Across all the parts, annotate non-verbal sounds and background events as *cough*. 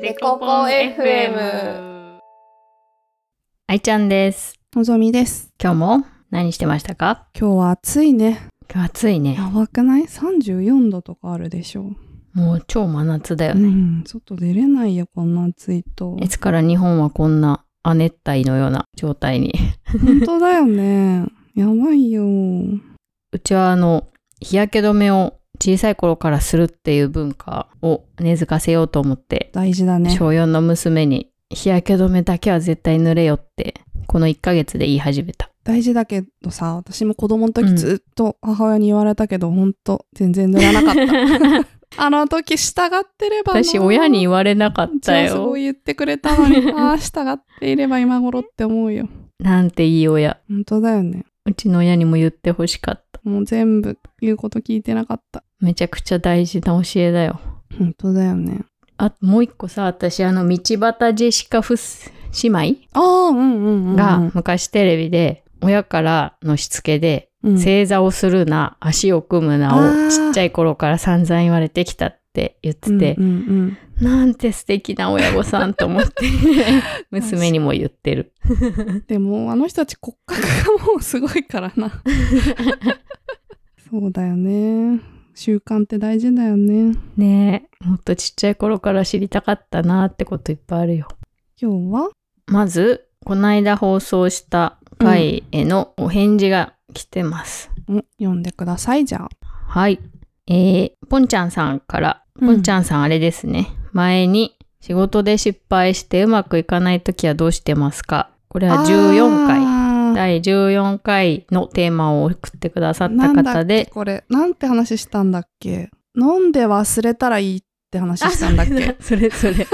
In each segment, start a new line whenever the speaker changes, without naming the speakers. デコポン FM
あいちゃんです。
のぞみです。
今日も何してましたか
今日は暑いね。
今日暑いね。
やばくない ?34 度とかあるでしょ
もう超真夏だよ
う
ね。
ん。外出れないよ、こんな暑いと。
いつから日本はこんな亜熱帯のような状態に。
本当だ
*laughs*
よね。やばいよ。
うちはあの、日焼け止めを小さい頃からするっていう文化を根付かせようと思って、
大事だね。
小4の娘に日焼け止めだけは絶対塗れよって、この1ヶ月で言い始めた。
大事だけどさ、私も子供の
う
時
ん
ずっと母親に言われたけど、ほんと全然塗らなかった。
*laughs*
あの時従ってればな。
私親に言われなかっ
うち
た
はすご
よ
い。言ってくれた
*laughs*
のに、ああ、従っていれば今頃って思うよ。
なんていい親。
本当だよね。
うちの親にも言ってほしかった。
もう全部言うこと聞いてなかった。
めちゃくちゃ大事な教えだよ。
本当だよね。
あもう一個さ私あの道端ジェシカ・フス姉妹
ああ、うんうんうん。
が、昔テレビで親からのしつけで、
うん、
正座をするな足を組むな
あ
を
ー
ちっちゃい頃から散々言われてきたって言ってて、
うんうん
なんて素敵な親御さんと思って
*laughs*
娘にも言ってる。
うん、でもあの人たち骨格がもうすごいから
*laughs*
なそうだよね習慣って大事だよね
ねえもっとちっちゃい頃から知りたかったなってこといっぱいあるよ。
今日は
まずこの間放送した回へのお返事が来てます。
ん読んでくださいじゃあ
はい。えー、ポンちゃんさんから、
うん
ポンちゃんさんあれですね。前に仕事で失敗してうまくいかないときはどうしてますかこれは14回。
回
第14回のテーマを送ってくださった
なんだ
方
っけ
で、
これなんて話したんだっけ飲んで忘れたらいいって話したんだっけ
それそれ。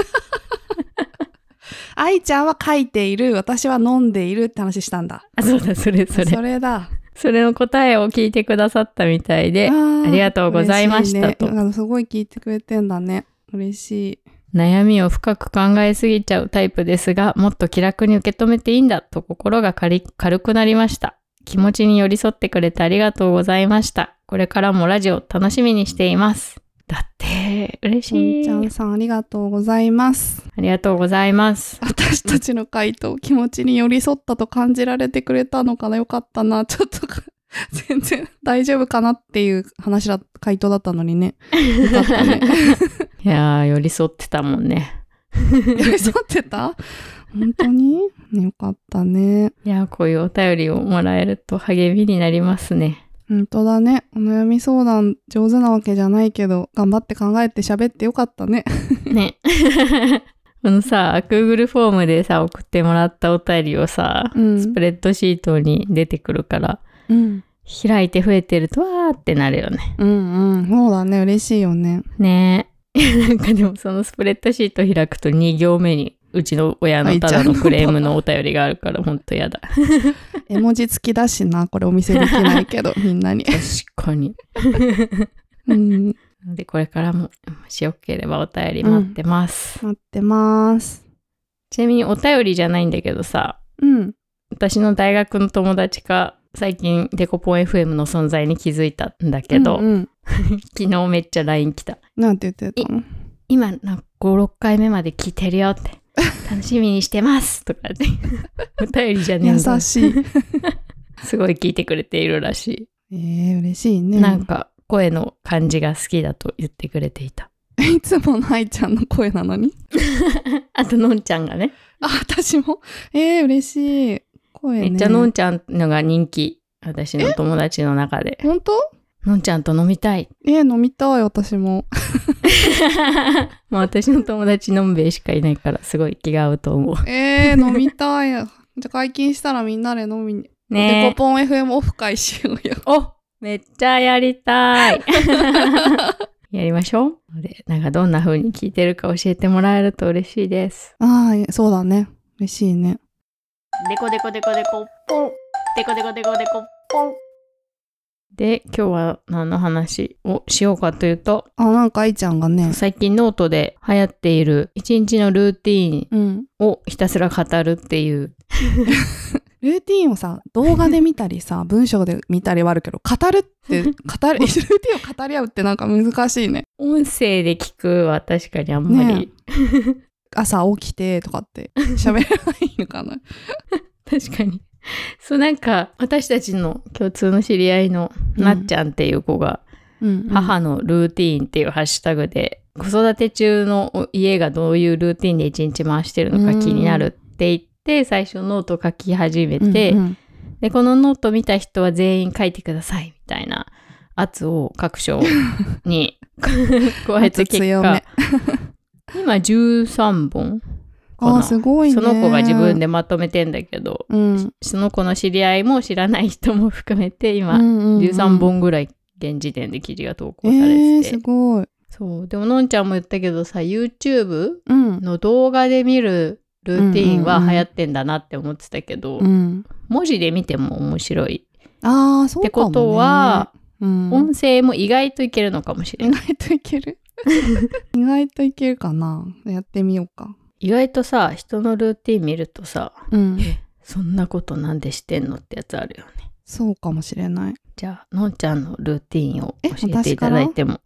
愛ちゃんは書いている私は飲んでいるって話したんだ
*laughs* あ、そうだ、それそれ。
そ
それ
れだ
の答えを聞いてくださったみたいで、
あー
ありがとうございましたと
嬉いねあのすごい聞いてくれてんだね。嬉しい。
悩みを深く考えすぎちゃうタイプですが、もっと気楽に受け止めていいんだと心が軽い軽くなりました。気持ちに寄り添ってくれてありがとうございました。これからもラジオ楽しみにしています。だって、嬉
ポン
し
ちゃん
い。
さんありがとうござ
*laughs*
います。
ありがとうございます。
私たちの回答、気持ちに寄り添ったと感じられてくれたのかなよかったな。 *laughs* ちょっとか、全然大丈夫かなっていう話だ、回答だったのにね。よかっ
*laughs*
たね。
いやー、寄り添ってたもんね。
寄り添ってた本当によかったね。
いやー、こういうお便りをもらえると励みになりますね。
本当だね。お悩み相談上手なわけじゃないけど、頑張って考えて喋ってよかったね。
ね。 *laughs* このさ、Google フォームでさ、送ってもらったお便りをさ、
うん
スプレッドシートに出てくるから、
うん。
開いて増えてるとわーってなるよね。
うんうん。そうだね。嬉しいよ
*laughs*
ね。
ねえ。なんかでもそのスプレッドシート開くと2行目にうちの親のただのクレームのお便りがあるからほんとやだ。
絵文字付きだしな、これお見せできない
*laughs*
けど、みんなに。
確かに。
うん、
で、これからももしよければお便り待ってます。
待ってます。
ちなみにお便りじゃないんだけどさ、
うん。
私の大学の友達が最近デコポン FM の存在に気づいたんだけど、
うんうん
昨日めっちゃ LINE 来た。
なんて言ってたの
今なんか5、6回目まで聞いてるよって、楽しみにしてますとかって、
*laughs*
お便りじゃねえんだ
優しい。
*laughs* すごい聞いてくれているらし
えー、嬉しい
い。
ね。
なんか声の感じが好きだと言ってくれていた。
いつもの愛ちゃんの声な
*laughs*
のに。
あと、のんちゃんがね、
あ、私も。えー、嬉しい。声ね。
めっちゃのんちゃんのが人気。私の友達の中で。
本当
のんちゃんと飲みたい。
えー、飲みたい、私も。
まあ私の友達のんべいしかいないから、すごい気が合うと思う。
えー、飲みたい。じゃ *laughs* あ解禁したらみんなで飲みに。デ
ね
コポン FM オフ会しよ
*laughs*
う
え。
よ。
おめっちゃやりたい。やりましょう。で、なんかどんな風に聞いてるか教えてもらえると嬉しいです。
ああ、そうだね。嬉しいね。
デコデコデコデコポンデコデコデコデコポン
で、今日は何の話をしようかというと、
あ、なんか愛ちゃんがね。
最近ノートで流行っている一日のルーティー
うん。
ンをひたすら語るっていう
ルーティーンをさ動画で見たり *laughs* さ文章で見たりはあるけど語る *laughs* って語るルーティーンを語り合うってなんか難しいね
音声で聞くは確かにあんまり、
朝起きてとかって喋れないのかな
確かに。そう、なんか、私たちの共通の知り合いのなっちゃんっていう子が、
うん、
母のルーティーンっていうハッシュタグで、子育て中の家がどういうルーティーンで一日回してるのか気になるって言って、最初ノート書き始めて、
うんうん
で、このノート見た人は全員書いてくださいみたいな圧を各所
*laughs*
に加えて結
強
果
め、
今13本か
あ
な
ーすごいね
その子が自分、でまとめてんだけど、
うん
その子の知り合いも知らない人も含めて今、
うんうんうん
13本ぐらい現時点で記事が投稿
え
され
ー、
てて、
すごい、
そうでものんちゃんも言ったけどさ YouTube
うん
の動画で見るルーティーンは
うんうんうん
流行ってんだなって思ってたけど、
うん、
文字で見ても面白い
ああそうかも、ね、
ってことは、
うん、
音声も意外といけるのかもしれ
意
ない、
外といける *laughs* 意外といけるかなやってみようか
意外とさ人のルーティーン見るとさ
うん
そんなことなんでしてんのってやつあるよね
そうかもしれない
じゃあのんちゃんのルーティーンを
え
教えていただいても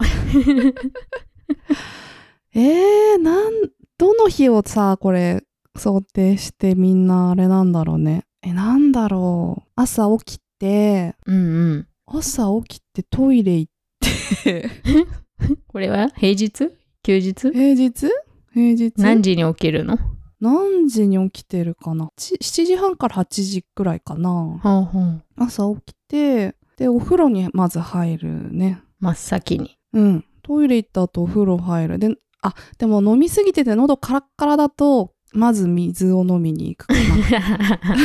えー、なんどの日をさこれ想定してみんなあれなんだろうねえなんだろう朝起きて
うんうん
朝起きてトイレ行って
これは平日休日
平日平日
何時に起きるの
何時に起きてるかなち7時半から8時くらいかな
ほうほう
朝起きてでお風呂にまず入るね
真っ先に
うん。トイレ行った後お風呂入る。で、あ、でも飲みすぎてて喉カラッカラだと、まず水を飲みに行くか *laughs* な。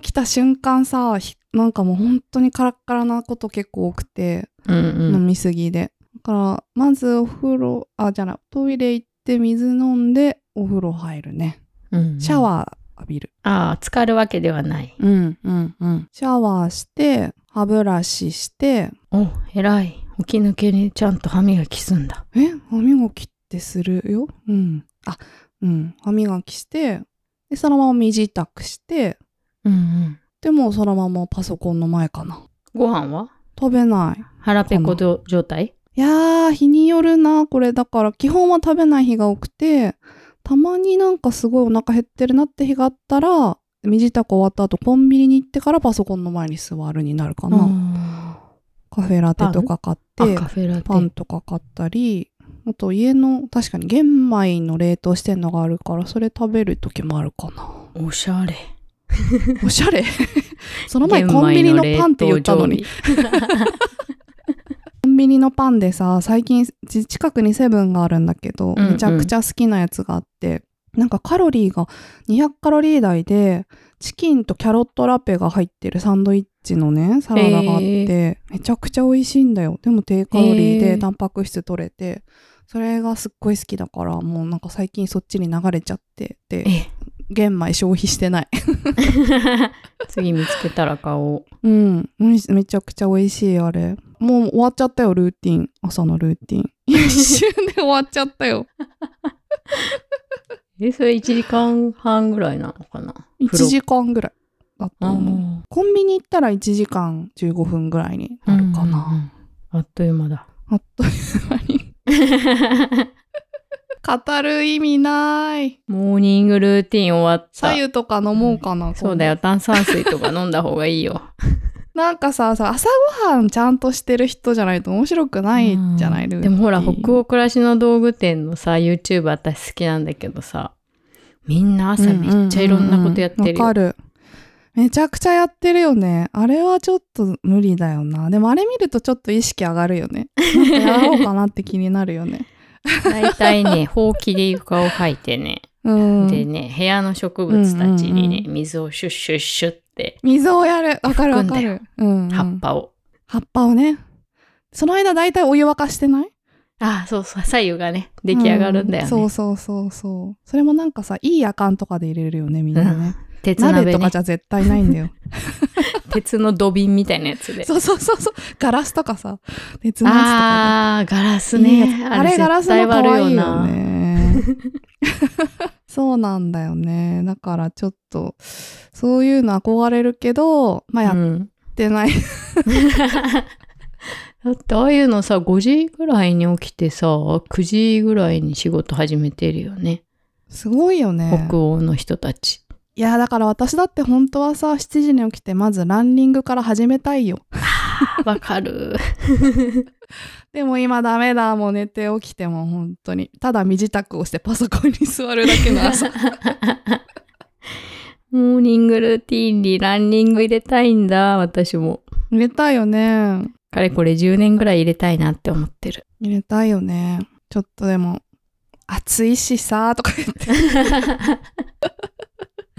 起きた瞬間さ、ひなんかもう本当にカラッカラなこと結構多くて、
うんうん
飲みすぎで。だから、まずお風呂、あ、じゃない、トイレ行って水飲んでお風呂入るね。
うん
シャワー浴びる。
ーああ浸かるわけではない
うん、うん、うん。シャワーして、歯ブラシして、
お偉い起き抜けにちゃんと歯磨きすんだ
え歯磨きってするようん。あ、うん。歯磨きして、で、そのまま身支度して、
うんうん
でもうそのままパソコンの前かな。
ご飯は
食べない。
腹ペコ状状態
いやー、日によるな、これ。だから、基本は食べない日が多くて、たまになんかすごいお腹減ってるなって日があったら、身支度終わった後、コンビニに行ってからパソコンの前に座るになるかな。
あ
カフェラテとか買って。
ーあカフェラテ
パンとか買ったりあと家の確かに玄米の冷凍してんのがあるからそれ食べる時もあるかな
おしゃれ
おしゃれ *laughs* その前コンビニのパンって言ったのに
玄
コンビニのパンでさ最近じ近くにセブンがあるんだけど、
うんうん
めちゃくちゃ好きなやつがあってなんかカロリーが200カロリー台でチキンとキャロットラペが入ってるサンドイッチのねサラダがあって、めちゃくちゃ美味しいんだよでも低カロリー
へ
で
ー
タンパク質取れてそれがすっごい好きだからもうなんか最近そっちに流れちゃってで
米
玄米消費してない
え次見つけたら買おう
うんうんめちゃくちゃ美味しいあれもう終わっちゃったよルーティン朝のルーティン一瞬で終わっちゃっ
*laughs*
たよ
*laughs* えそれ1時間半ぐらいなのかな
1時間ぐらいだと
あ
思う
ー
コンビニ行ったら1時間15分ぐらいになるか
うんうん
な、
うんあっという間だ
あっという間に
*laughs*
語る意味ない
モーニングルーティン終わった
左右とか飲もうかな、今度
そうだよ炭酸水とか飲んだ方がいいよ
なんかささ朝ごはんちゃんとしてる人じゃないと面白くないじゃない、
うん
ルーテ
で
ィン
もほら北欧暮らしの道具店のさ YouTube 私好きなんだけどさみんな朝めっちゃいろんなことやってるよ、
うんうんうんわかるめちゃくちゃやってるよねあれはちょっと無理だよなでもあれ見るとちょっと意識上がるよねなんかやろうかなって気になる
*laughs*
よね
大体
*laughs*
ねほうきで床を掃いてね、
うん
でね部屋の植物たちにね、
うんうん
水をシュッシュッシュッって
水をやる。わかるわ
吹くん
か
だよ
る。うんうん
葉っ。ぱを、
葉っぱをね。その間大体お湯沸かしてない
ああそうそう左右がね出来上がるんだよね、
うそうそうそうそう。それもなんかさ、いいやかんとかで入れるよね、みんなね。
鉄
鍋
鍋
と
ね
かじゃ絶対ないん
*laughs*
だよ。
鉄の土瓶みたいなやつで
そうそうそうそう。ガラスとかさ、熱のや
ああガラ
つ
ス
とかね。いいやつ
ね
あれガラスの
絶対
可愛
割
い
る
よ
な
ね。 *laughs* そうなんだよね。だからちょっと、そういうの憧れるけど、まあや
う
っ
ん
てない。
だってああいうのさ、5時ぐらいに起きてさ、9時ぐらいに仕事始めてるよね。
すごいよね
北欧の人たち。
いやだから私だって本当はさ7時に起きてまずランニングから始めたいよ
わかる。
でも今ダメだもう寝て起きても本当にただ身支度をしてパソコンに座るだけの *laughs* 朝
モーニングルーティーンにランニング入れたいんだ、私も。
入れたいよね
かれこれ10年ぐらい入れたいなって思ってる。
入れたいよねちょっとでも暑いしさとか言って、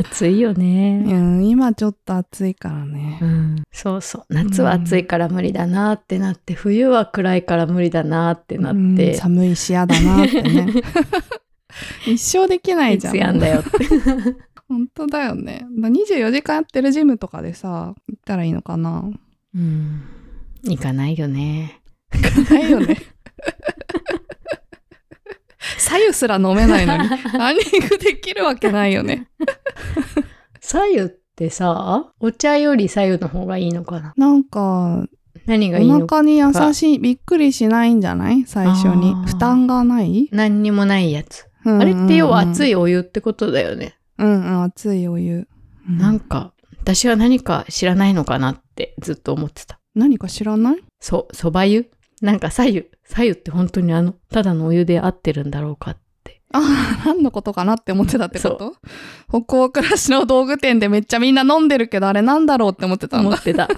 暑いよね。
うん、今ちょっと暑いからね
うん、そうそう夏は暑いから無理だなってなって、冬は暗いから無理だなってな
うん
って、
寒いし嫌だなってね
*laughs*
一生できない
い
じゃ
つやんだよって
本当だよね。だ24時間やってるジムとかでさ、行ったらいいのかな
うん行かないよね
ないよ
*laughs*
ね。左右すら飲めないのに、ランニングできるわけないよね。
左右ってさお茶より左右の方がいいのかな
なんか、
何がいい
お
のか
腹に優しい、びっくりしないんじゃない最初に
あー。
負担がない、
何にもないやつ、
あ
あれって要は熱
い。
いお湯ってことだよね、
うんうん、熱いお湯。うん
なんか私は何か知らないのかなってずっと思ってた
何か知らない
そうそば湯なんか左右左右って本当にあのただのお湯で合ってるんだろうかって
ああ、何のことかなって思ってたってこと北欧暮らしの道具店でめっちゃみんな飲んでるけど、あれなんだろうって思ってたんだ
思って *laughs* た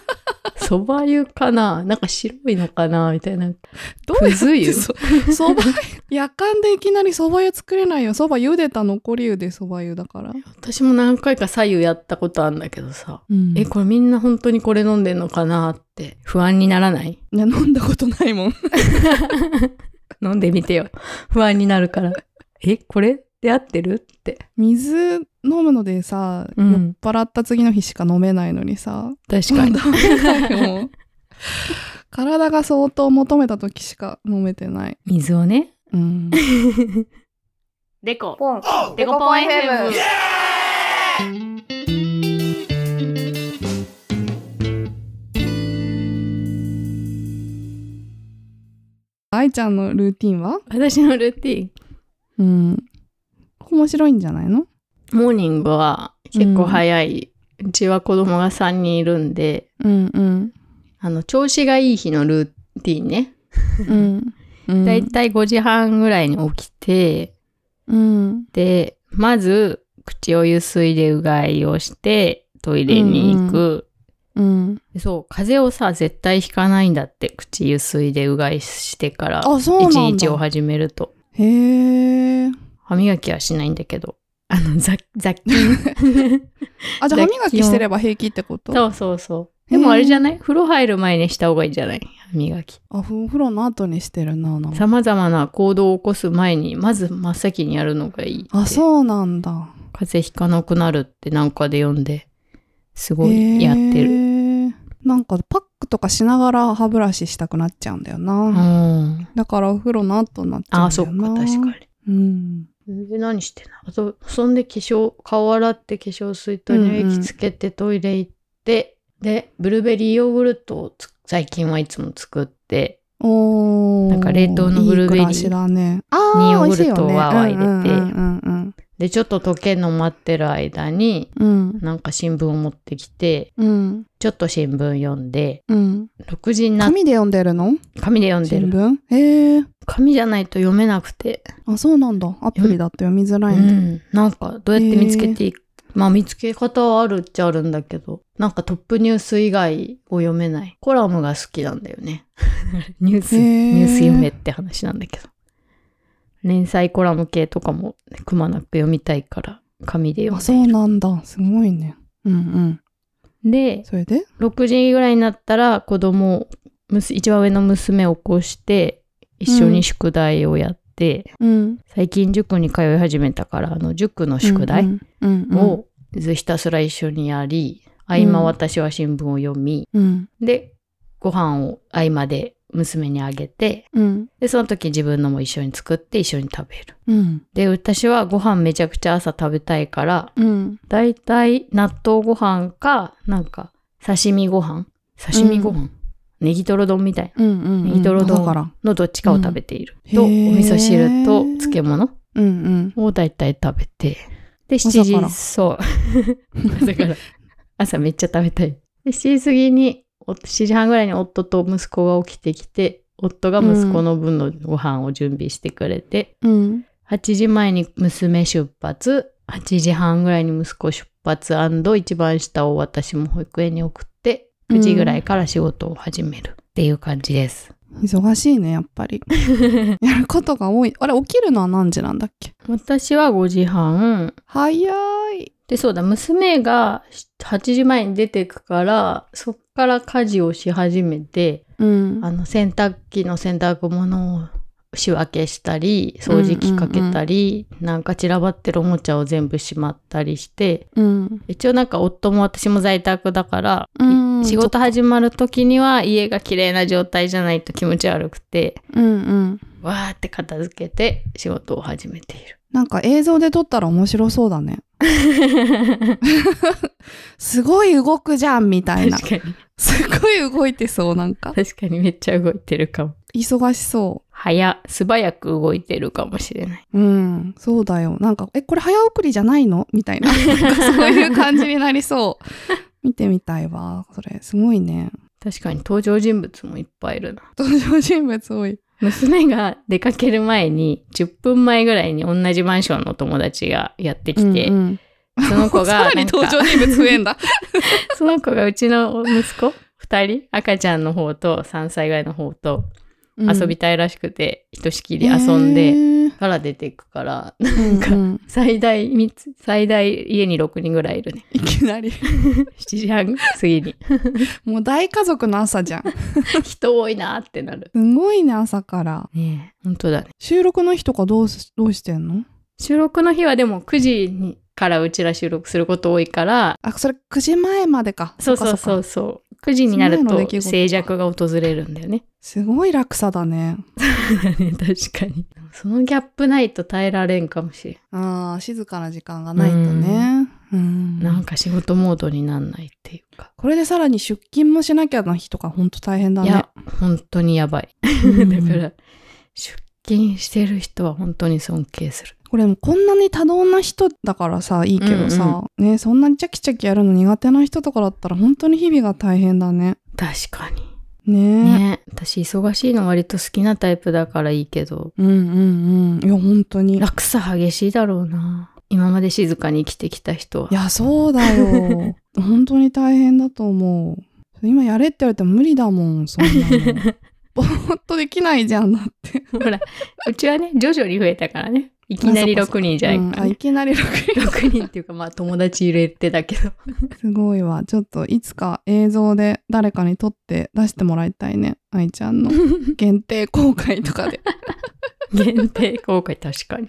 そば湯かななんか白いのかなみたいな
どうや
く
っ
ず湯
てそ *laughs* そば湯夜間でいきなりそば湯作れないよそば茹でた残り湯でそば湯だから、
私も何回か左右やったことあるんだけどさ、えこれみんな本当にこれ飲んでんのかなって不安にならない
いや飲んだことないもん
飲んでみてよ *laughs* 不安になるからえこれで合ってるって
*laughs* 水飲むのでさ、
うん
酔っ払った次の日しか飲めないのにさ
確かに
もうダメだよ *laughs* もう体が相当求めた時しか飲めてない、
水をね
うん、
デコ
ポン
デコポン FM
愛ちゃんのルーティンは
私のルーティン
うんここ面白いんじゃないの
モーニングは結構早い、うちは子供が3人いるんで
うんうん
あの調子がいい日のルーティンね
うんうん
だいたい5時半ぐらいに起きて、
うん
で、まず、口をゆすいでうがいをして、トイレに行く。
うん
そう、風邪をさ、絶対ひかないんだって、口ゆすいでうがいしてから、
あそうなん
一
だ
日を始めると。
へえ
歯磨きはしないんだけど、あの、雑雑菌。
あじゃあ
で
歯磨きしてれば平気ってこ
*laughs*
と
そうそうそう。でもあれじゃない風呂入る前にした方がいいんじゃない歯磨き。
あふお風呂の後にしてるななんか
様々な行動を起こす前に、まず真っ先にやるのがいいって。
あそうなんだ
風邪ひかなくなるってなんかで読んで、すごいやってる。
るなんかパックとかしながら歯ブラシしたくなっちゃうんだよな、
うん。
だからお風呂の後になっちゃ
あ
うん
あ、そ
だ
っ
よ
か、
な
確かに。
うん
で、何してんのあと、そんで化粧、顔洗って化粧水と乳液つけてトイレ行って、で、ブルーベリーヨーグルトをつ最近はいつも作って、
おー
なんか冷凍のブルーベリー
いい暮らしだねあ
にヨー
ー美
グ
味しい
ル
よ
トを
ね
わーわー入れて
うんうんうん
で、ちょっと溶けの待ってる間に、
うん
なんか新聞を持ってきて、
うん
ちょっと新聞読んで、
うん
6時になっ
紙で読んでるの
紙で読んで
新
る。
聞へえ
紙じゃないと読めなくて、
あそうなんだアプリだって読みづ
う
らいんだ、
ん、なんかどうやって見つけていく、まあ見つけ方はあるっちゃあるんだけど、なんかトップニュース以外を読めない。コラムが好きなんだよね。 *laughs* ニュース、
へー
ニュース読めって話なんだけど。連載コラム系とかもくまなく読みたいから、紙で
あ
読
そ
ん
うなんだすごいねうんうん
で。で、
それで
6時ぐらいになったら子供を、むす一番上の娘を起こして、一緒に宿題をやって、
うん
最近塾に通い始めたから、あの塾の宿題、
うんうんうん
をずひたすら一緒にやり、合間私は新聞を読み、
うん
で、ご飯を合間で娘にあげて、
うん
で、その時自分のも一緒に作って一緒に食べる。
うん
で、私はご飯めちゃくちゃ朝食べたいから、
うん
だいたい納豆ご飯か、なんか、刺身ご飯刺身ご飯、ネギトロ丼みたいな
うんうん、うん。
ネギトロ丼
朝から。
のどっちかを食べている。
うん
と、お
へー
味噌汁と漬物
うんうん。
を大体食べて。で、
朝か
7時、
ら
*laughs* そう。朝から。朝めっちゃ食べたい。で、7時過ぎに、お7時半ぐらいに夫と息子が起きてきて、夫が息子の分のご飯を準備してくれて、
うん。
8時前に娘出発、8時半ぐらいに息子出発一番下を私も保育園に送って、9時ぐらいから仕事を始めるっていう感じです。
忙しいね、やっぱり。
*laughs*
やることが多い。あれ、起きるのは何時なんだっけ
私は5時半。
早い。
で、そうだ、娘が8時前に出てくから、そっから家事をし始めて、
うん。
あの、洗濯機の洗濯物を仕分けしたり、掃除機かけたり、なんか散らばってるおもちゃを全部しまったりして、
うん。
一応なんか夫も私も在宅だから、
うん
仕事始まる時には家が綺麗な状態じゃないと気持ち悪くて、
うんうん。
わーって片付けて仕事を始めている。
なんか映像で撮ったら面白そう
*laughs*
だね。 *laughs* すごい動くじゃんみたいな。
確かに、
すごい動いてそう、なんか。
確かにめっちゃ動いてるかも。
忙しそ
早、素早く動いてるかもしれない。
う。うん。そうだよ。なんか、え、これ早送りじゃないのみたいな。 *laughs* なんかそういう感じになりそう。見てみたいわ。それ、すごいね。
確かに登場人物もいっぱいいるな。
登場人物多い。
娘が出かける前に、10分前ぐらいに同じマンションのお友達がやってきて、
うんうん
その子
*laughs* さ
が
ら
な
に
ん
登
か、
場人物増えんだ。
その子がうちの息子2人、赤ちゃんの方と3歳ぐらいの方と遊びたいらしくて、ひとしきり遊ん
へ
で、
ー
から出ていくから、 *laughs*
うん
か
うん
最大三つ、最大家に6人ぐらいいるね。
いきなり。
7時半過ぎ
*laughs*
に。
もう大家族の朝じゃん。
人多いなってなる。
すごいね、朝から。
ねえ、本当だね。
収録の日とかどうすどうしてんの
収録の日はでも9時にからうちら収録すること多いから、
あ、それ9時前までか。
そうそうそ
っかっか
うそう。9時になる
その前の出来
と
事か
静寂が訪れるんだよ
*laughs*
ね。
すごい落差だね。
確かに。そのギャップないと耐えられんかもしれ
ああ、静かな時間がないとね。う
ん。
ん。
なんか仕事モードになんないっていうか。
これでさらに出勤もしなきゃな日とかほんと大変だ
い
ね。
や、本当にやばい。
う
だ
ん
から、出勤してる人は本当に尊敬する。
これもこんなに多動な人だからさ、いいけどさ、ね、そんなにチャキチャキやるの苦手な人とかだったら本当に日々が大変だね。
確かに。
ねえ。
ね私忙しいの割と好きなタイプだからいいけど、
うんうんうん。いや、本当に。い
落差激しいだろうな。今まで静かに生きてきた人は。
や、そうだ *laughs* よ。本当に大変だと思う。今やれって言われても無理だもん、そんな *laughs* の。ぼーっとできないじゃんだって。
ほら、うちはね、徐々に増えたからね。いきなり
あそっかそっか
6人じゃない
うん
から
あ
ね、
いきなり6
6人っていうか、まあ友達入れてだけど。
すごいわ。ちょっといつか映像で誰かに撮って出してもらいたいね。愛ち
*laughs*
ゃんの限定公開とかで。
*laughs* 限定公開確かに。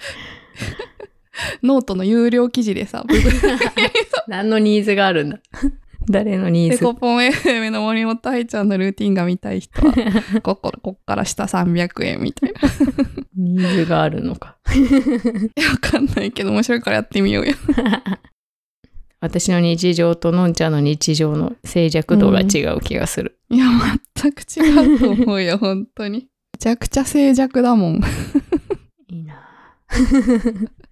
ノートの有料記事
*laughs*
でさ、ブブ
何のニーズがあるんだ。 *laughs* 誰のニー
ペ
ズ
コポン FM の森本愛ちゃんのルーティンが見たい
*laughs*
人は、こここっから下300円みたいな。
ニーズがあるのか。 *laughs*
いや、わかんないけど面白いからやってみようよ。
私の日常とのんちゃんの日常の静寂度が違う気がする。
いや、全く違うと思うよ、本当に。めちゃくちゃ静寂だもん。
いいな。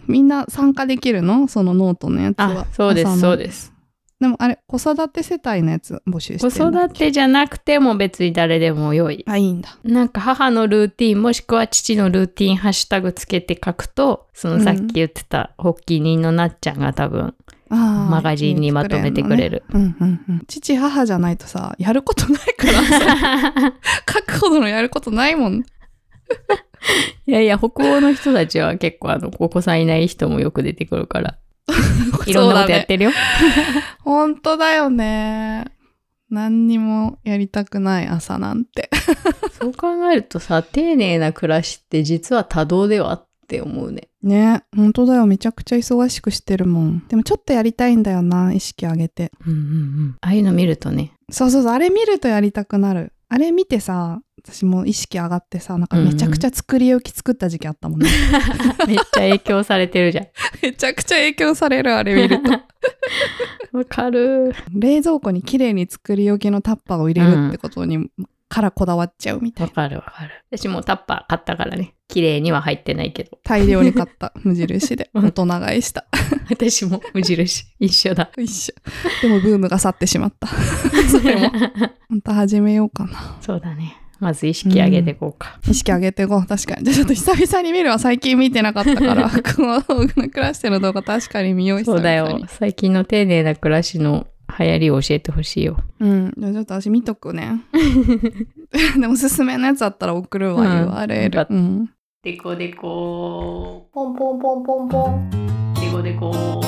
みんな参加できるのそのノートのやつは
あ。、そうで
朝
す、
の
そうです。
でもあれ、子育て世帯のやつ募集して
子
る
育てじゃなくても別に誰でも良い。
あ、いいんだ。
なんか母のルーティンもしくは父のルーティンハッシュタグつけて書くとそのさっき言ってた発起人のなっちゃんが多分
あー
マガジンにまとめてくれ。る。
うんうんうん。父、母じゃないとさ、やることないからさ、
*laughs*
書くほどのやることないもん。
いやいや北欧の人たちは結構あのお子さんいない人もよく出てくるから *laughs* いろんなことやっ
る。
てるよ。
本当だよね。何にもやりたくない朝なんて。
そう,、考えるとさ丁寧な暮らしって実は多動ではって思うね。
ね本当だよめちゃくちゃ忙しくしてるもんでもちょっとやりたいんだよな意識上げて
うんうんうん、ああいうの見ると *laughs* ね
そうそうそうあれ見るとやりたくなるあれ見てさ私も意識上がってさなんかめちゃくちゃ作り置き作った時期あったもんね、
めっちゃ影響されてるじゃん。
*laughs* めちゃくちゃ影響されるあれ見ると
*laughs* わかる。
冷蔵庫に綺麗に作り置きのタッパーを入れるってことにからこだわっちゃうみたい
わ
な。
かるわかる。私もタッパー買ったからね。綺麗には入ってないけど。
大量に
*laughs*
買った。無印で。
うん
大人買いした。
*laughs* 私も無印。一緒だ。
一緒。でもブームが去ってし
*laughs*
まった。それも。また始めようかな。
そうだね。まず意識上げていこうか。
意識上げていこう。確かに。じゃあちょっと久々に見るわ。最近見てなかっ
*laughs*
たから。この暮らしてる動画確かに見よう久
そう
々
だ
に
よ。最近の丁寧な暮らしの流行りを教えてほしいよ。
うん。じゃあちょっと私見とく
*laughs*
ね。でもおすすめのやつあったら送るわ、
うんよか
URL
っ。た
うん。
でこでこポンポンポンポンポンでこでこ